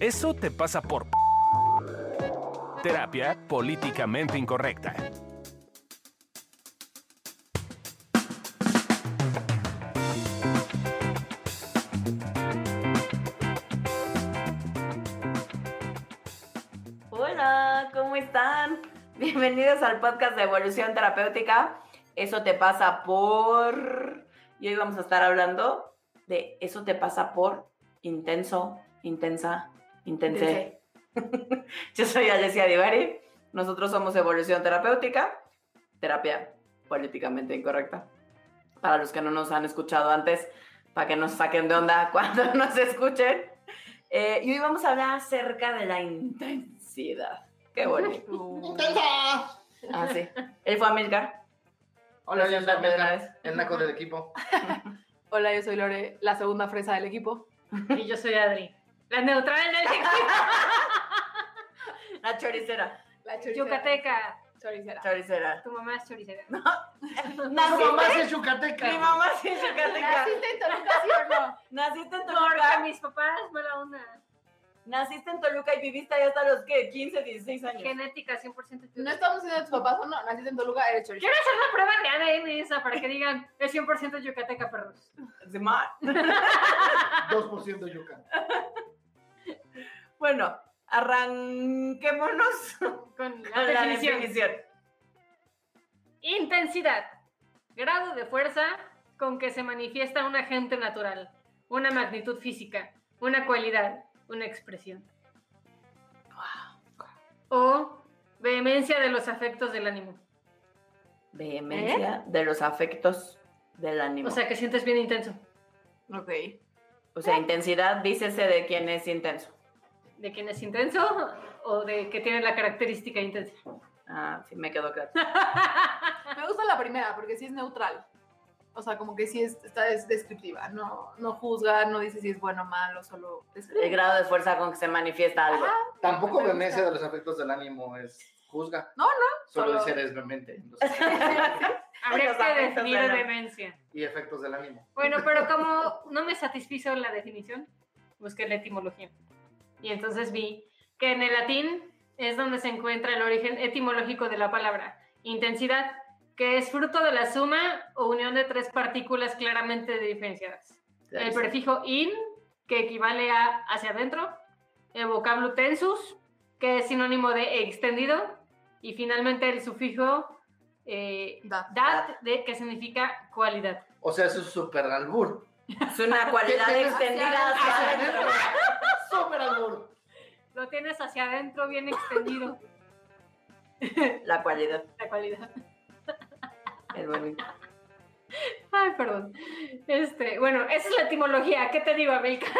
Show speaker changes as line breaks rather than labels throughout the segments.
Eso te pasa por... Terapia políticamente incorrecta.
Hola, ¿cómo están? Bienvenidos al podcast de Evolución Terapéutica. Eso te pasa por... Y hoy vamos a estar hablando de eso te pasa por intenso, intensa, intense. Yo soy Alessia Divari. Nosotros somos Evolución Terapéutica, terapia políticamente incorrecta. Para los que no nos han escuchado antes, para que nos saquen de onda cuando nos escuchen. Eh, y hoy vamos a hablar acerca de la intensidad. Qué bonito.
¡Intensa!
Ah, sí. Él fue Amilcar.
Hola, yo soy
Preséntame de una vez.
Melga, el naco del equipo.
Hola, yo soy Lore, la segunda fresa del equipo.
Y yo soy Adri. La neutral del equipo
La choricera.
La
yucateca.
Choricera.
Choricera.
Tu mamá es choricera.
Tu mamá
Naciste-
es de Yucateca.
Mi mamá sí es yucateca.
¿Naciste en Toluca, sí o no?
Naciste en
Porque
Toluca.
mis papás, mala onda.
Naciste en Toluca y viviste ahí hasta los ¿qué? 15, 16 años.
Genética 100%.
No estamos siendo tus papás o no. Naciste en Toluca, eres choricera.
Quiero hacer la prueba de ADN esa para que digan es 100% yucateca, perros.
De mar.
2% yuca.
Bueno, arranquémonos
Con
con
la
la
definición.
definición.
Intensidad. Grado de fuerza con que se manifiesta un agente natural, una magnitud física, una cualidad, una expresión. O vehemencia de los afectos del ánimo.
Vehemencia ¿Eh? de los afectos del ánimo.
O sea, ¿eh? que sientes bien intenso.
Ok.
intensidad, dícese de quién es intenso.
de quien es intenso o de que tiene la característica intensa.
Ah, sí, me quedó claro.
Me gusta la primera porque sí es neutral. O sea, como que sí es, está, es descriptiva. No, no juzga, no dice si es bueno o malo, solo
El
describe. Eh,
grado de fuerza con que se manifiesta algo.
Tampoco
Me gusta.
vehemencia de los afectos del ánimo es juzga.
No,
no. Solo
solo-
dice es vehemente. entonces,
Habría
Los
que
afectos
definir
de la-
demencia.
y efectos del ánimo.
Bueno, pero como no me satisfizo la definición, busqué la etimología. Y entonces vi que en el latín es donde se encuentra el origen etimológico de la palabra intensidad, que es fruto de la suma o unión de tres partículas claramente diferenciadas. El prefijo in, que equivale a hacia adentro. El vocablo tensus, que es sinónimo de extendido. Y finalmente el sufijo eh,
Dat.
dat, de- que significa cualidad.
O sea, eso es super albur.
Es una cualidad extendida hacia adentro.
Super albur.
Lo tienes hacia adentro bien extendido,
La cualidad
la cualidad.
es bonito.
Ay, perdón. Este, bueno, esa es la etimología. ¿Qué te digo, Amilcar?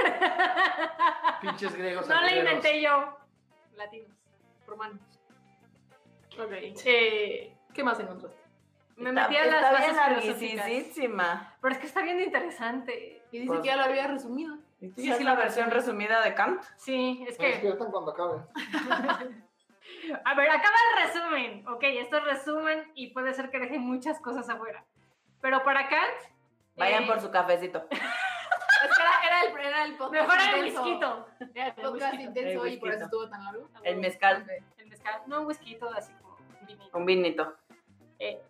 Pinches griegos.
no la
albureros.
inventé yo. Latinos, romanos.
Ok.
Eh,
¿Qué más encontraste?
me
Está-
metí a las
está bien
bases filosóficas.
larguisísima.
Pero es que está bien interesante.
Y dice
Pues-
que ya lo había resumido.
Sí, es la versión resumida de Kant.
Sí, es
Me
que.
despiertan cuando acabe.
A ver, acaba el resumen. Ok, esto es resumen y puede ser que dejen muchas cosas afuera. Pero para Kant.
Vayan
eh,
por su cafecito.
Es que era, era el, era el podcast
Mejor el
intenso.
whiskito.
Era el podcast intenso y por eso estuvo tan largo.
El mezcal,
Ok.
El mezcal. No, un whiskito, así como un vinito.
un vinito.
Eh,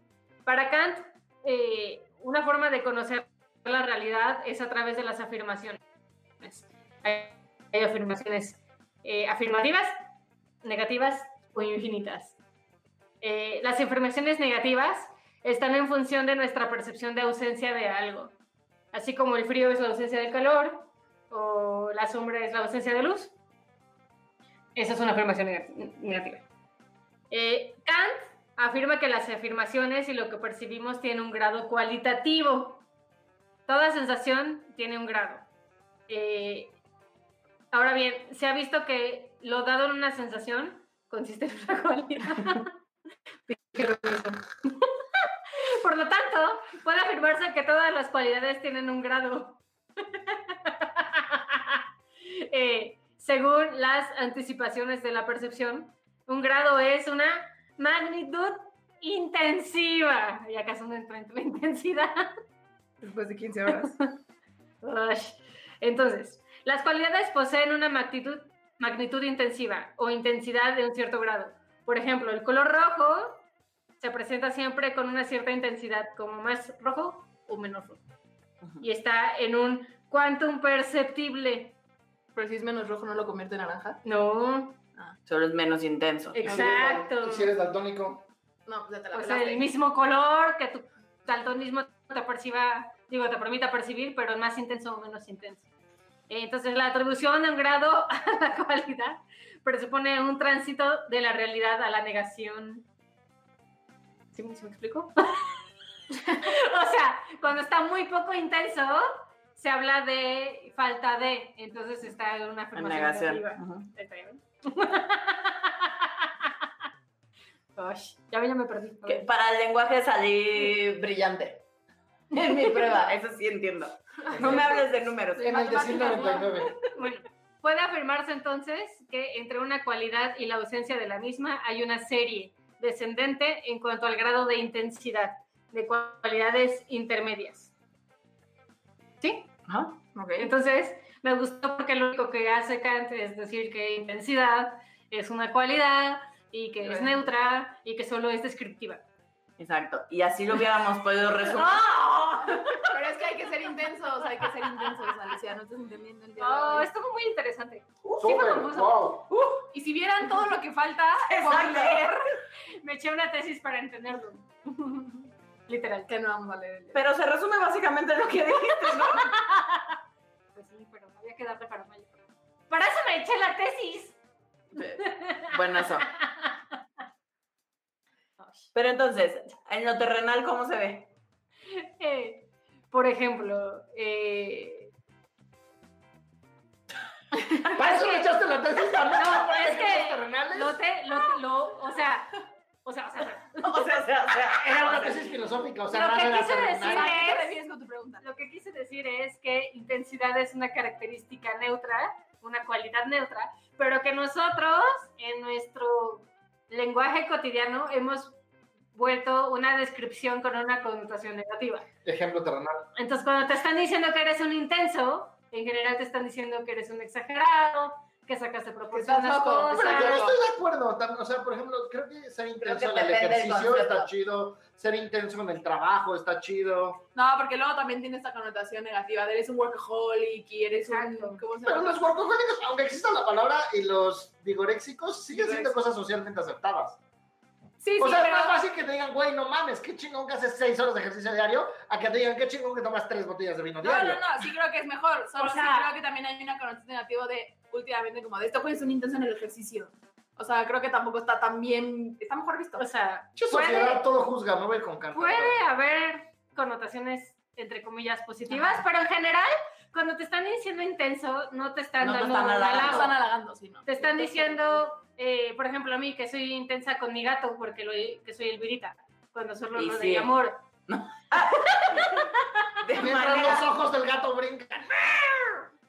para Kant, eh, una forma de conocer la realidad es a través de las afirmaciones. Hay, hay afirmaciones eh, afirmativas, negativas o infinitas. Eh, las afirmaciones negativas están en función de nuestra percepción de ausencia de algo, así como el frío es la ausencia del calor o la sombra es la ausencia de luz. Esa es una afirmación neg- negativa. Eh, Kant afirma que las afirmaciones y lo que percibimos tiene un grado cualitativo. Toda sensación tiene un grado. Eh, ahora bien, se ha visto que lo dado en una sensación consiste en una cualidad. Por lo tanto, puede afirmarse que todas las cualidades tienen un grado. Eh, según las anticipaciones de la percepción, un grado es una magnitud intensiva. Y acaso no entra en la intensidad.
Después de 15 horas.
Ush. Entonces, las cualidades poseen una magnitud, magnitud magnitud intensiva o intensidad de un cierto grado. Por ejemplo, el color rojo se presenta siempre con una cierta intensidad, como más rojo o menos rojo.
Ujú.
Y está en un quantum perceptible.
Pero si es menos rojo, no lo convierte en naranja.
No,
Solo es menos intenso.
exacto.
Y si eres daltónico,
No, pues ya te la
O sea,
pelaste.
el mismo color que tu daltonismo te perciba, digo, te permita percibir, pero más intenso o menos intenso. Eh, Entonces, la atribución de un grado a la cualidad presupone un tránsito de la realidad a la negación. ¿Sí, me- sí me explico? o sea, cuando está muy poco intenso, se habla de falta de, entonces está en una
En
afirmación
negación.
negativa.
Ujú.
¿Está bien? Gosh, ya ve, ya me perdí.
Que para el lenguaje salí brillante. En mi prueba, eso sí entiendo. No me hables de números.
en el de
Matemáticas,
199.
Bueno, puede afirmarse entonces que entre una cualidad y la ausencia de la misma hay una serie descendente en cuanto al grado de intensidad de cualidades intermedias. ¿Sí?
Ajá.
Ok.
Entonces, me gustó porque lo único que hace Kant es decir que intensidad es una cualidad y que es
Bueno.
neutra y que solo es descriptiva.
Exacto. Y así lo hubiéramos podido resumir.
¡Ah!
Pero es que hay que ser intensos, hay que ser intensos, Alicia, no estás entendiendo el día de
Oh,
hoy.
estuvo muy interesante.
Súper,
confuso.
wow.
Y si vieran todo lo que falta por
Exacto.
leer,
Me eché una tesis para entenderlo. Pues Literal.
que no vamos a leer el día de
Pero se resume básicamente lo que dijiste, ¿no?
Pues sí, pero había que darle para mayo. Para eso me eché la tesis.
Bueno, eso. Pero entonces, en lo terrenal, ¿cómo se ve?
Eh, por ejemplo, eh,
¿Para eso le echaste la tesis también?
No,
¿Para
es
eso
que
los
Este
terrenales?
lo te, lo, lo- o sea, o sea, o sea,
O sea, o sea, o sea.
Era una tesis filosófica, o sea,
Lo
nada
que
era
quise
terrenal.
hoy.
decir-
¿A qué te
es-
refieres con tu pregunta?
lo que quise decir es que intensidad es una característica neutra, una cualidad neutra, pero que nosotros en nuestro lenguaje cotidiano hemos vuelto una descripción con una connotación negativa.
Ejemplo terrenal.
Entonces, cuando te están diciendo que eres un intenso, en general te están diciendo que eres un exagerado, que sacaste proporción
Que
las
estás loco.
cosas.
Pero yo
Claro.
estoy de acuerdo. tam- O sea, por ejemplo, creo que ser intenso en el
depende del
ejercicio está
concepto.
chido. Ser intenso en el trabajo está chido.
No, porque luego también tiene esta connotación negativa de eres un workaholic y eres
Exacto.
un... ¿Cómo se
Pero
llama?
los workahólicos, aunque exista la palabra, y los digoréxicos siguen siendo
Digoréxicos.
cosas socialmente aceptadas.
Sí,
O
sí,
sea, es
pero...
más fácil que te digan, güey, no mames, qué chingón que haces seis horas de ejercicio diario, a que te digan, qué chingón que tomas tres botellas de
No,
vino diario.
no, no, sí creo que es mejor. Solo
O
sí
sea-
creo que también hay una connotación negativa de últimamente como de esto pues es un intenso en el ejercicio. O sea, creo que tampoco está tan bien, está mejor visto.
O sea,
Che, sociedad,
puede,
todo juzga, me voy a ir con calma.
puede haber connotaciones, entre comillas, positivas, pero en general, cuando te están diciendo intenso, no te están
No te
dando
están
un
halagando.
No
halago.
están halagando, sí, ¿no?
Te están diciendo, eh, por ejemplo, a mí que soy intensa con mi gato porque lo, que soy Elvirita, cuando solo
Y
lo
sí.
de amor.
De
Mientras los
manera,
ojos del gato brincan.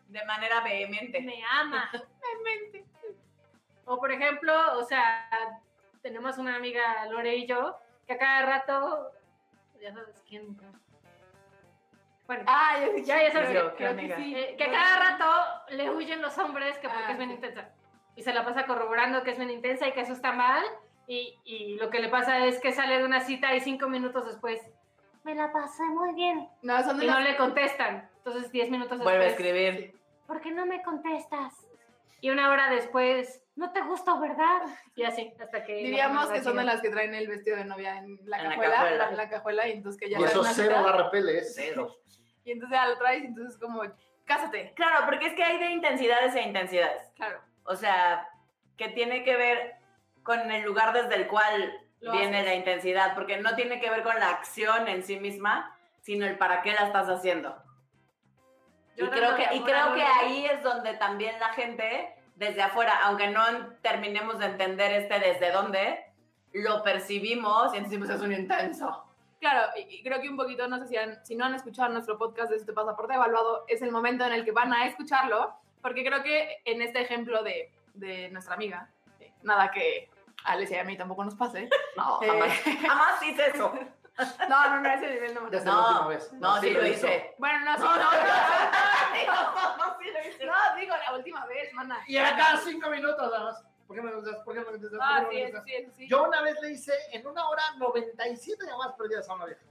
de manera vehemente.
me ama. O por ejemplo, o sea, tenemos una amiga Lore y yo que a cada rato, ya sabes quién. Bueno,
Ah, yo
ya, ya sabes.
Yo,
que-
qué amiga.
eh, que a cada rato le huyen los hombres que porque
Ah,
es bien
sí.
intensa. Y se la pasa corroborando que es bien intensa y que eso está mal. Y, y lo que le pasa es que sale de una cita y cinco minutos después me la pasé muy bien.
No, son de
Y no
las...
le contestan. Entonces, diez minutos después.
Vuelve a escribir.
¿por qué no me contestas? Y una hora después, no te gusto, ¿verdad? Y así, hasta que...
Diríamos que son de
la...
las que traen el vestido de novia en la
En la
cajuela,
cajuela.
la- en la cajuela, y entonces que ya
Y
le
eso
das una
cero
cita,
da repele, es cero.
y entonces ya lo traes, y entonces como, cásate,
Claro, porque es que hay de intensidades e intensidades.
claro.
O sea, que tiene que ver con el lugar desde el cual
Lo
viene
haces.
la intensidad, porque no tiene que ver con la acción en sí misma, sino el para qué la estás haciendo. Y
Yo
creo,
dando
que,
mi
y
amor
creo
a
que
Lolo.
ahí es donde también la gente, desde afuera, aunque no en- terminemos de entender este desde dónde, lo percibimos y entonces decimos, es un intenso.
Claro, y y creo que un poquito, no sé si, han- si no han escuchado nuestro podcast de Eso te pasaporte evaluado, es el momento en el que van a escucharlo, porque creo que en este ejemplo de, de nuestra amiga, eh, nada que a Alicia y a mí tampoco nos pase.
No,
eh,
jamás. jamás hice eso.
no, no, no, ese nivel no.
Desde
No,
la última vez.
No, sí, lo
hizo.
hice.
Bueno, no, sí,
No, no, no,
no,
no, no, sí lo hice.
no, digo la última vez. Ah, semana.
Y era cada cinco minutos, además. ¿Por qué me contestas? ¿Por qué me contestas? ¿Por qué
Ah,
no me
sí, eso
contestas?
sí, eso sí.
Yo una vez le hice en una hora 97 llamadas perdidas a una vieja.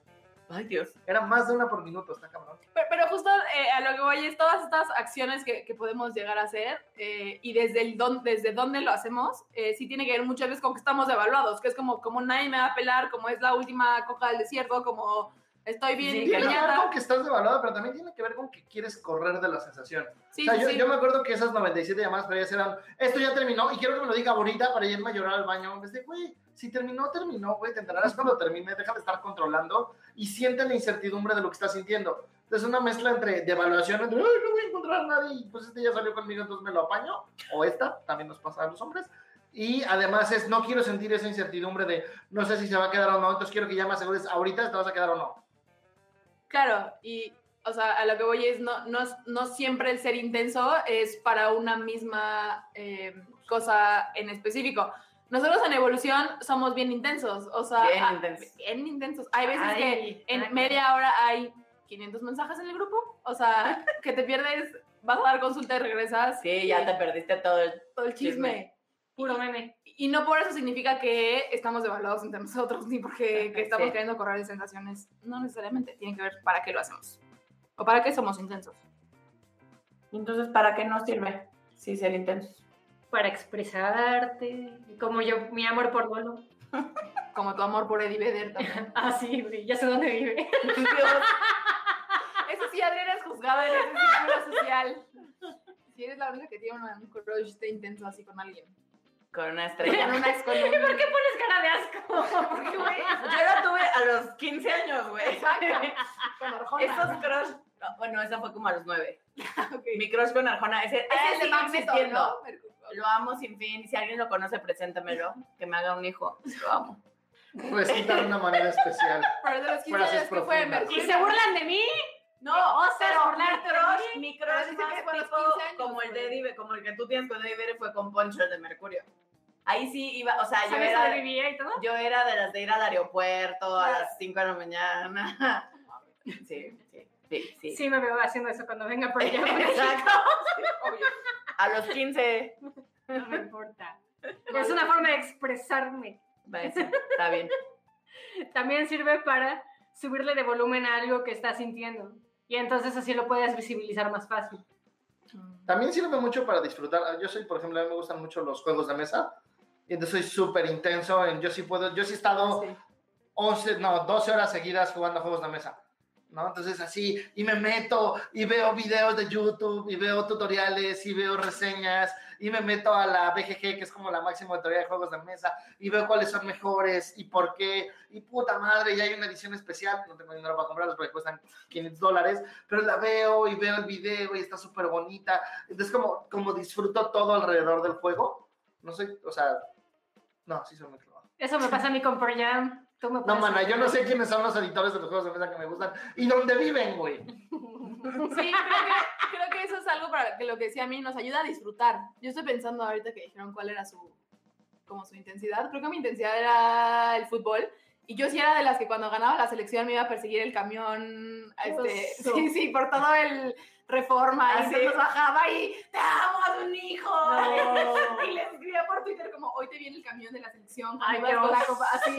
Ay, Dios.
Era más de una por minuto, está cabrón.
Pero, pero justo eh, a lo que voy es todas estas acciones que, que podemos llegar a hacer eh, y desde, el don, desde dónde lo hacemos, eh, sí tiene que ver muchas veces con que estamos evaluados, que es como, como nadie me va a pelar, como es la última coca del desierto, como estoy bien
Sí,
y
Tiene que ver
callada.
con que estás devaluado, pero también tiene que ver con que quieres correr de la sensación.
Sí,
o sea,
sí,
yo,
sí.
yo me acuerdo que esas 97 llamadas previas eran, esto ya terminó y quiero que me lo diga ahorita para irme a llorar al baño. En vez de, güey, si terminó, terminó, güey, te enterarás cuando termine, deja de estar controlando y siente la incertidumbre de lo que estás sintiendo. Entonces, una mezcla entre devaluación, entre, ay, no voy a encontrar a nadie, y pues este ya salió conmigo, entonces me lo apaño, o esta, también nos pasa a los hombres. Y además es, no quiero sentir esa incertidumbre de, no sé si se va a quedar o no, entonces quiero que ya me asegures, ahorita te vas a quedar o no.
Claro, y o sea, a lo que voy es no, no, no siempre el ser intenso es para una misma eh, cosa en específico. Nosotros en evolución somos bien intensos, o sea,
Bien
a-
intensos.
bien intensos. Hay veces
Ay,
que en
Ah,
ay.
media hora hay 500 mensajes en el grupo, o sea, que te pierdes, vas a dar consulta y regresas.
Sí, ya te perdiste todo el...
todo el chisme.
Chisme.
Puro meme.
Y no por eso significa que estamos devaluados entre nosotros, ni porque que estamos
Sí.
queriendo correr de sensaciones. No necesariamente, tiene que ver para qué lo hacemos. O para qué somos intensos.
Entonces, ¿para qué nos sirve? Sí, ser intensos.
Para expresarte. Como yo, mi amor por Lolo.
Como tu amor por Eddie Vedder también.
Ah, sí, güey, ya sé dónde vive.
eso sí, Adriana es juzgada en ese círculo social. Si eres la única que tiene una- un crush de intenso así con alguien.
Con una estrella.
Con una ex con un-
¿Por qué pones cara de asco?
Porque, güey,
Yo la tuve a los 15 años, güey.
Exacto. Con Arjona.
Esos crush... no, Bueno, esa fue como a los 9.
Ok.
Mi crush con Arjona, ese, ese
Ah, el de
sigue
Magneto,
existiendo.
¿no?
Lo amo sin fin. Si alguien lo conoce, preséntamelo. Que me haga un hijo. Lo amo.
Resulta de una manera especial.
Pero de los 15
Frases
años que fue
profundas.
¿Y
Mercurio.
se burlan de mí?
No,
osas
pero mi
burlarte de
crush,
mí.
mi
Pero
crush
dice
más
que fue a los
tipo
15 años,
como el de
güey.
Eddie, Ve- como el que tú tienes con Eddie Vedder fue con Puncher de Mercurio. Ahí sí iba, o sea, yo
¿Sabes dónde
era,
vivía y todo?
yo era de las de ir al aeropuerto a
Claro.
las 5 de la mañana. Sí, sí, sí. sí.
Sí, me veo haciendo eso cuando venga por allá.
Exacto. Obvio. A los 15.
No me importa. Es una forma de expresarme.
Va a decir, Está bien.
También sirve para subirle de volumen a algo que estás sintiendo. Y entonces así lo puedes visibilizar más fácil.
También sirve mucho para disfrutar. Ah, Yo soy, por ejemplo, a mí me gustan mucho los juegos de mesa. Y entonces soy súper intenso en yo sí puedo, yo sí he estado
Sí.
11, no, 12 horas seguidas jugando juegos de mesa. ¿No? Entonces así, y me meto, y veo videos de YouTube, y veo tutoriales, y veo reseñas, y me meto a la BGG, que es como la máxima autoridad de juegos de mesa, y veo cuáles son mejores, y por qué, y puta madre, y hay una edición especial, no tengo dinero para comprarlas porque cuestan 500 dólares, pero la veo, y veo el video, y está súper bonita. Entonces como, como disfruto todo alrededor del juego, no sé, o sea, no, sí soy muy clavado.
Eso me pasa a mí con Pearl Jam. Tú me
No,
puedes-
mana, yo no sé quiénes son los editores de los juegos de mesa que me gustan y dónde viven, güey.
Sí, creo que, creo que eso es algo para que lo que decía a mí nos ayuda a disfrutar. Yo estoy pensando ahorita que dijeron cuál era su, como su intensidad. Creo que mi intensidad era el fútbol. Y yo sí era de las que cuando ganaba la selección me iba a perseguir el camión, este,
oso.
sí, sí, por todo el reforma.
Ah,
y
sí.
se nos bajaba y ¡te amo haz un hijo!
No.
Y le escribía por Twitter como, hoy te viene el camión de la selección.
Ay,
cuando
qué
vas con la
oso.
copa", así.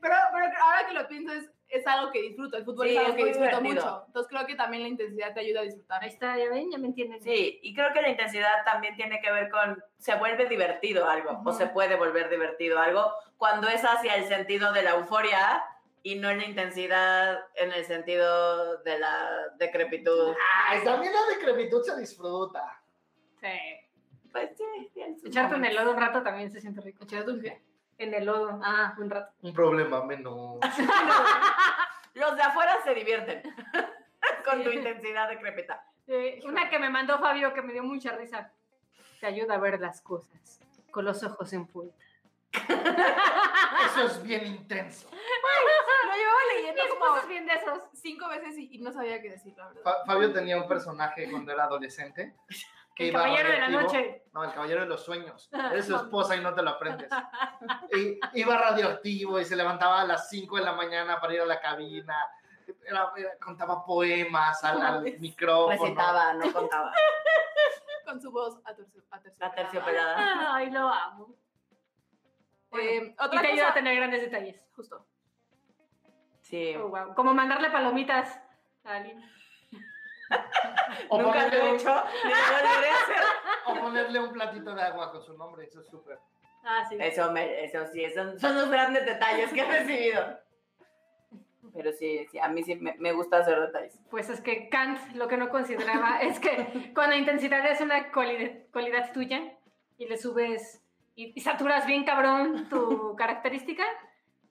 Pero, pero ahora que lo pienso es, es algo que disfruto, el fútbol
Sí,
es algo
es
que
muy
disfruto
divertido.
mucho. Entonces creo que también la intensidad te ayuda a disfrutar.
Ahí está, ya ven, ya me entienden.
Sí, y creo que la intensidad también tiene que ver con se vuelve divertido algo o
Ujú.
se puede volver divertido algo cuando es hacia el sentido de la euforia y no en la intensidad en el sentido de la decrepitud.
Ay, también la decrepitud se disfruta.
Sí.
Pues sí, tiene sus
Echarte en el
momentos.
lodo un rato también se siente rico.
¿Echarte un qué?
En el lodo. Ah, un rato.
Un problema menos.
Los de afuera se divierten con tu
Sí.
intensidad decrépita.
Sí, una que me mandó Fabio que me dio mucha risa. Te ayuda a ver las cosas con los ojos en punta.
Eso es bien intenso.
Ah, Lo llevaba
Mi
leyendo
esposo es
como
bien de esos.
cinco veces y, y no sabía qué decir, la verdad.
Fa- Fabio tenía un personaje cuando era adolescente. que
El
iba a
caballero de la
radioactivo.
noche.
No, el caballero de los sueños. Eres su esposa y no te lo aprendes. Y iba radioactivo y se levantaba a las 5 de la mañana para ir a la cabina. Era- era- contaba poemas al, al micrófono.
Recitaba, no contaba.
Con su voz voz atercio- aterciopelada.
Aterciopelada.
Ay, Ah, lo amo.
Eh,
Y te
otra
ayuda a
cosa,
tener grandes detalles.
justo.
Sí.
Oh, wow. Como mandarle palomitas a alguien.
O
Nunca lo
ponerle
he
un-
hecho. ni lo volveré a hacer.
O ponerle un platito de agua con su nombre, eso es súper.
Ah, sí.
Eso, me- eso sí, son, son los grandes detalles que he recibido. Pero sí, sí, a mí sí me, me gusta hacer detalles.
Pues es que Kant lo que no consideraba es que cuando intensidad es una cualidad, cualidad tuya y le subes y, y saturas bien cabrón tu característica,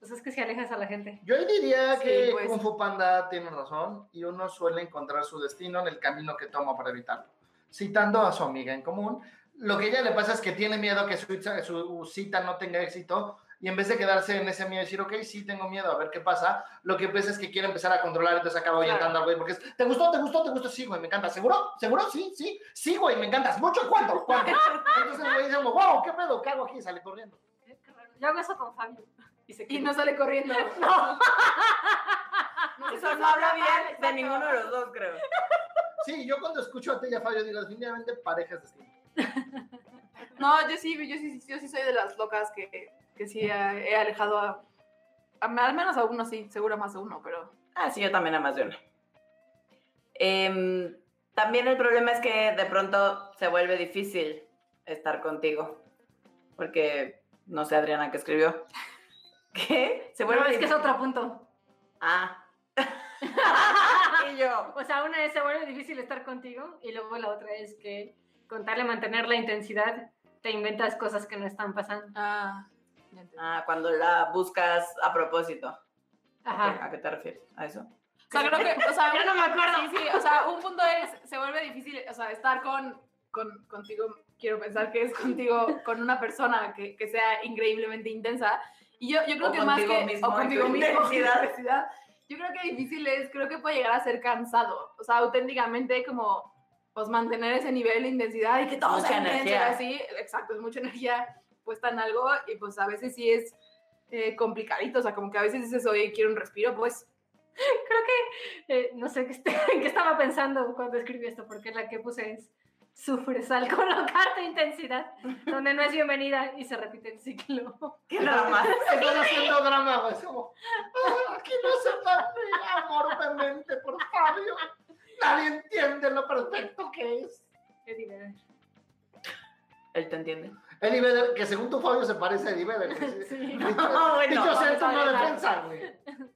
pues es que si alejas a la gente.
Yo ahí diría
Sí,
que
pues.
Kung Fu Panda tiene razón y uno suele encontrar su destino en el camino que toma para evitarlo. Citando a su amiga en común, lo que a ella le pasa es que tiene miedo que su, cha- su cita no tenga éxito y en vez de quedarse en ese miedo y decir, ok, sí, tengo miedo, a ver qué pasa, lo que pasa es que quiere empezar a controlar, entonces acaba orientando al güey porque es, ¿te gustó? ¿Te gustó? ¿Te gustó? Sí, güey, me encanta. ¿Seguro? ¿Seguro? Sí, sí. Sí, güey, me encantas. ¿Mucho? ¿Cuánto? ¿Cuánto? Entonces el güey dice, wow, ¿qué pedo? ¿Qué hago aquí? Sale corriendo.
Yo hago eso con Fabio. Y se
Y
quita.
no sale corriendo.
Eso no habla bien de ninguno de los dos, creo.
Sí, yo cuando escucho a Tella Fabio digo, definitivamente parejas destino.
No, yo sí, yo sí, yo sí soy de las locas que, que sí eh, he alejado a, a- Al menos a uno sí, seguro más de uno, pero...
Ah, sí, yo también amazono. Em, también el problema es que de pronto se vuelve difícil estar contigo. Porque no sé, Adriana, que escribió. ¿Qué? Se
Bueno,
vuelve
es que es
difícil.
otro punto.
Ah. y yo.
O sea, una es se vuelve difícil estar contigo y luego la otra es que contarle mantener la intensidad te inventas cosas que no están pasando.
Ah, ya entendí.
Ah, cuando la buscas a propósito.
Ajá.
¿A qué te refieres? ¿A eso?
O sea, creo que, o sea,
Ya no me acuerdo.
Sí, sí, o sea, un punto es, se vuelve difícil, o sea, estar con, con- contigo, quiero pensar que es contigo, con una persona que, que sea increíblemente intensa. Y yo, yo creo
O
que más
contigo
que,
mismo
o
en
contigo
tu
mismo, en tu
intensidad.
intensidad, yo creo que difícil es, creo que puede llegar a ser cansado, o sea, auténticamente como, pues mantener ese nivel de intensidad y que todo
Mucha
sea intenso y
energía.
así, exacto, es mucha energía puesta en algo y pues a veces sí es eh, complicadito, o sea, como que a veces dices, oye, quiero un respiro, pues
Eh, no sé qué, est- en qué estaba pensando cuando escribí esto, porque la que puse es sufres al colocar tu intensidad, donde no es bienvenida y se repite el ciclo.
Qué drama.
Están haciendo drama, güey. Es como, "Ah, aquí no se planea amorosamente por Fabio. Nadie entiende lo perfecto que es.
Qué divertido.
Él te entiende.
Eddie Vedder, que según tu Fabio se parece a Eddie Vedder.
Sí.
No,
Y
bueno,
yo
vamos
siento
a
una
dejar.
defensa, güey.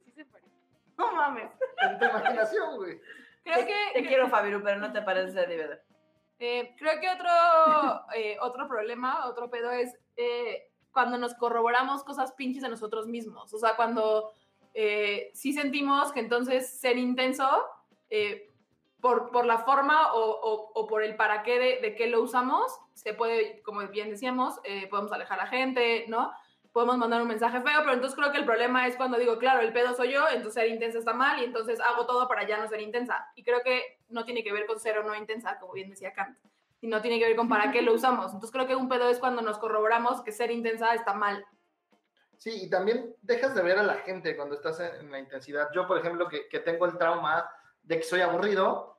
Sí se parece.
No mames.
En tu imaginación, güey.
creo
Te-
que...
Te quiero, Fabiru, pero no te pareces a Eddie Vedder.
Eh, creo que otro, eh, otro problema, otro pedo es eh, cuando nos corroboramos cosas pinches de nosotros mismos. O sea, cuando eh, sí sentimos que entonces ser intenso eh, por, por la forma o, o- o por el para qué de, de qué lo usamos, se puede, como bien decíamos, eh, podemos alejar a la gente, ¿no? Podemos mandar un mensaje feo, pero entonces creo que el problema es cuando digo, claro, el pedo soy yo, entonces ser intensa está mal y entonces hago todo para ya no ser intensa. Y creo que no tiene que ver con ser o no intensa, como bien decía Kant, sino tiene que ver con para qué lo usamos. Entonces creo que un pedo es cuando nos corroboramos que ser intensa está mal.
Sí, y también dejas de ver a la gente cuando estás en, en la intensidad. Yo, por ejemplo, que, que tengo el trauma de que soy aburrido,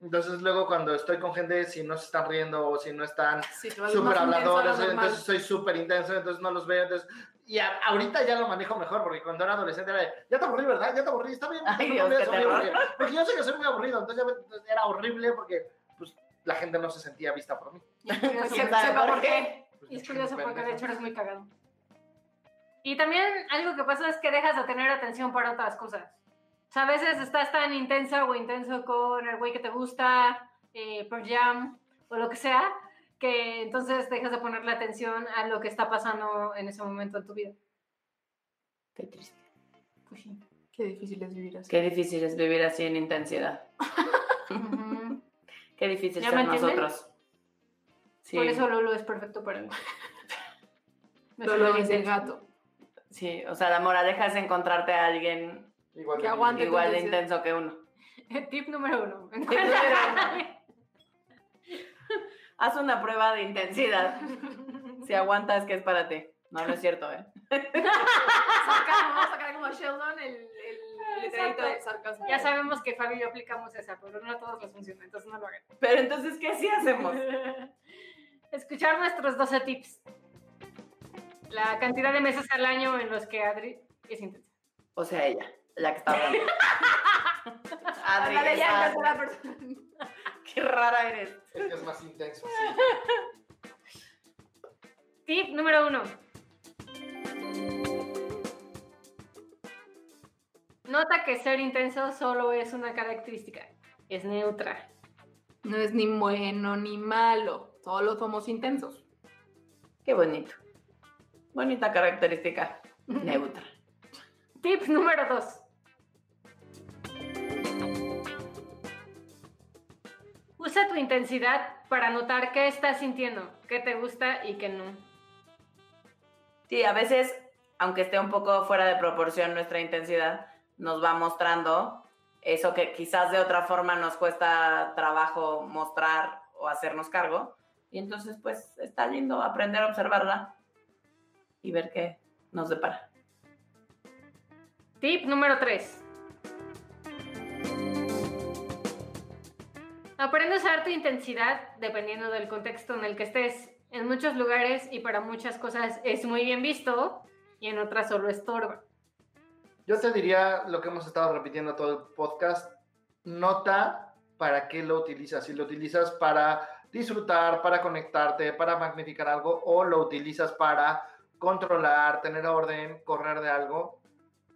entonces luego cuando estoy con gente, si no se están riendo o si no están
Sí,
súper habladores, entonces soy súper intenso, entonces no los veo, entonces... Y a- ahorita ya lo manejo mejor, porque cuando era adolescente era de, ya te aburrí, ¿verdad? Ya te aburrí, está bien.
Ay, Dios,
no me
qué
hagas
terror.
aburrir, Porque, porque yo sé que soy muy aburrido, entonces ya me- entonces era horrible porque pues, la gente no se sentía vista por mí.
Y es curioso
Que
porque-
sepa por qué.
Pues,
y es
mucho
curioso
me
porque de
pendejo.
hecho eres muy cagado. Y también algo que pasa es que dejas de tener atención para otras cosas. O sea, a veces estás tan intensa o intenso con el güey que te gusta, eh, Pearl Jam o lo que sea, que entonces dejas de ponerle atención a lo que está pasando en ese momento en tu vida.
Qué triste.
Pues sí, qué difícil es vivir así.
Qué difícil es vivir así en intensidad.
Ujú.
Qué difícil
¿Ya
ser
me entienden?
nosotros. Sí,
Por eso Lolo es perfecto para mí. Me
Dolor
siento
es el
bien.
gato.
sí, o sea, la moraleja es encontrarte a alguien
Igual
que
de-
aguante. Ante tu
igual de
intensidad.
intenso que uno.
Tip número uno.
número
Encuentra-
Haz una prueba de intensidad. Si aguantas, que es para ti. No, no es cierto, ¿eh?
Sarcasmo, vamos a sacar como Sheldon el, el letrerito de
Exacto.
sarcasmo.
ya sabemos que Fabi y yo aplicamos esa, pero no a todos les funciona, entonces no lo hagan.
Pero entonces, ¿qué sí hacemos?
escuchar nuestros 12 tips. La cantidad de meses al año en los que Adri es intensa.
O sea, ella, la que está hablando. Adri,
Ándale, ya
esa-
empezó la persona.
qué rara eres.
El que es más intenso.
Tip número uno. Nota que ser intenso solo es una característica, es neutra.
No es ni bueno ni malo. Solo somos intensos.
Qué bonito. Bonita característica. Neutra.
Tip número dos. Usa tu intensidad para notar qué estás sintiendo, qué te gusta y qué no.
Sí, a veces, aunque esté un poco fuera de proporción nuestra intensidad, nos va mostrando eso que quizás de otra forma nos cuesta trabajo mostrar o hacernos cargo. Y entonces, pues, está lindo aprender a observarla y ver qué nos depara.
Tip número 3. Aprende a usar tu intensidad dependiendo del contexto en el que estés. En muchos lugares y para muchas cosas es muy bien visto y en otras solo estorba.
Yo te diría lo que hemos estado repitiendo todo el podcast. Nota para qué lo utilizas. Si lo utilizas para disfrutar, para conectarte, para magnificar algo, o lo utilizas para controlar, tener orden, correr de algo.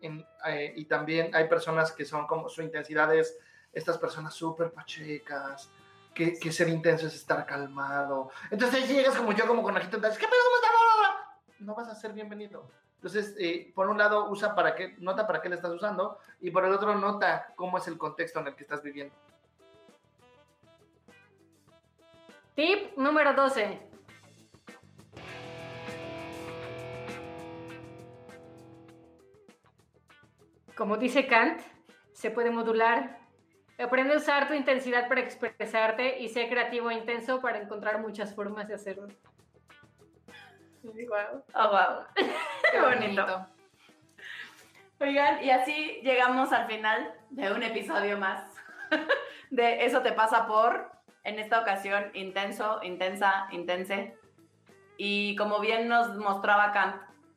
En- eh, y también hay personas que son como su intensidad es estas personas súper pachecas, que, que ser intenso es estar calmado. Entonces llegas como yo, como con ojito, ¿qué pedo? ¿Cómo está? Bla, bla, bla. No vas a ser bienvenido. Entonces, eh, por un lado, usa para qué, nota para qué le estás usando, y por el otro, nota cómo es el contexto en el que estás viviendo.
Tip número 12. Como dice Kant, se puede modular. Aprende a usar tu intensidad para expresarte y sé creativo e intenso para encontrar muchas formas de hacerlo. Guau.
Oh, wow.
Qué bonito.
Oigan, y así llegamos al final de un episodio más de Eso te pasa por, en esta ocasión, intenso, intensa, intense. Y como bien nos mostraba Kant,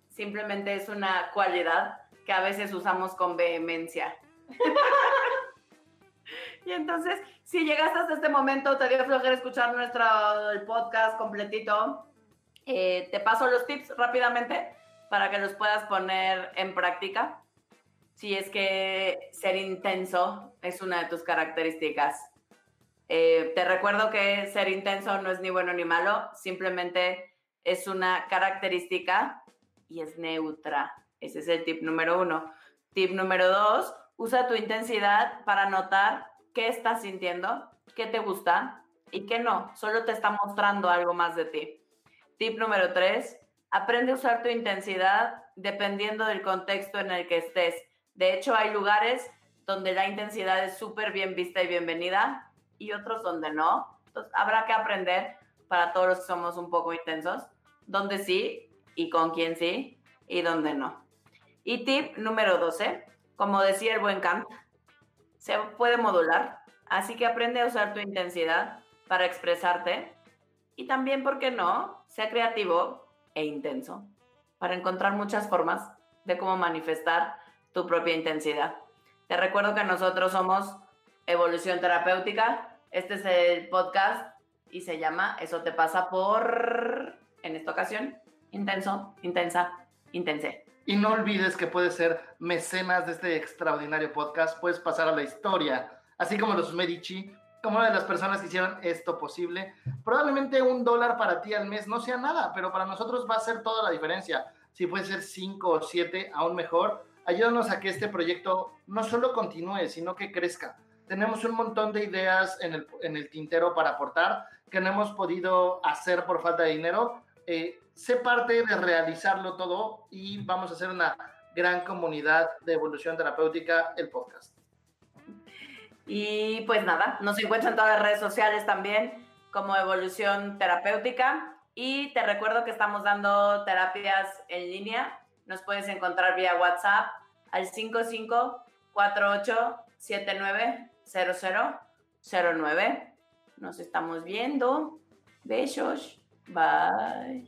simplemente es una cualidad que a veces usamos con vehemencia. y entonces, si llegaste hasta este momento, te dio flojera escuchar nuestro el podcast completito, eh, te paso los tips rápidamente para que los puedas poner en práctica. Si es que ser intenso es una de tus características. Eh, te recuerdo que ser intenso no es ni bueno ni malo, simplemente es una característica y es neutra. Ese es el tip número uno. Tip número dos, usa tu intensidad para notar qué estás sintiendo, qué te gusta y qué no. Solo te está mostrando algo más de ti. Tip número tres, aprende a usar tu intensidad dependiendo del contexto en el que estés. De hecho, hay lugares donde la intensidad es súper bien vista y bienvenida y otros donde no. Entonces, habrá que aprender para todos los que somos un poco intensos, donde sí y con quién sí y donde no. Y tip número 12, como decía el buen Kant, se puede modular, así que aprende a usar tu intensidad para expresarte y también, ¿por qué no?, sea creativo e intenso para encontrar muchas formas de cómo manifestar tu propia intensidad. Te recuerdo que nosotros somos Evolución Terapéutica. Este es el podcast y se llama Eso te pasa por, en esta ocasión, intenso, intensa, intense.
Y no olvides que puedes ser mecenas de este extraordinario podcast, puedes pasar a la historia, así como los Medici, como una de las personas que hicieron esto posible. Probablemente un dólar para ti al mes no sea nada, pero para nosotros va a ser toda la diferencia. Si puede ser cinco o siete, aún mejor. Ayúdanos a que este proyecto no solo continúe, sino que crezca. Tenemos un montón de ideas en el, en el tintero para aportar que no hemos podido hacer por falta de dinero, eh, sé parte de realizarlo todo y vamos a hacer una gran comunidad de evolución terapéutica, el podcast.
Y pues nada, nos encuentran en todas las redes sociales también como Evolución Terapéutica. Y te recuerdo que estamos dando terapias en línea. Nos puedes encontrar vía WhatsApp al 5548790009. Nos estamos viendo. Besos. Bye.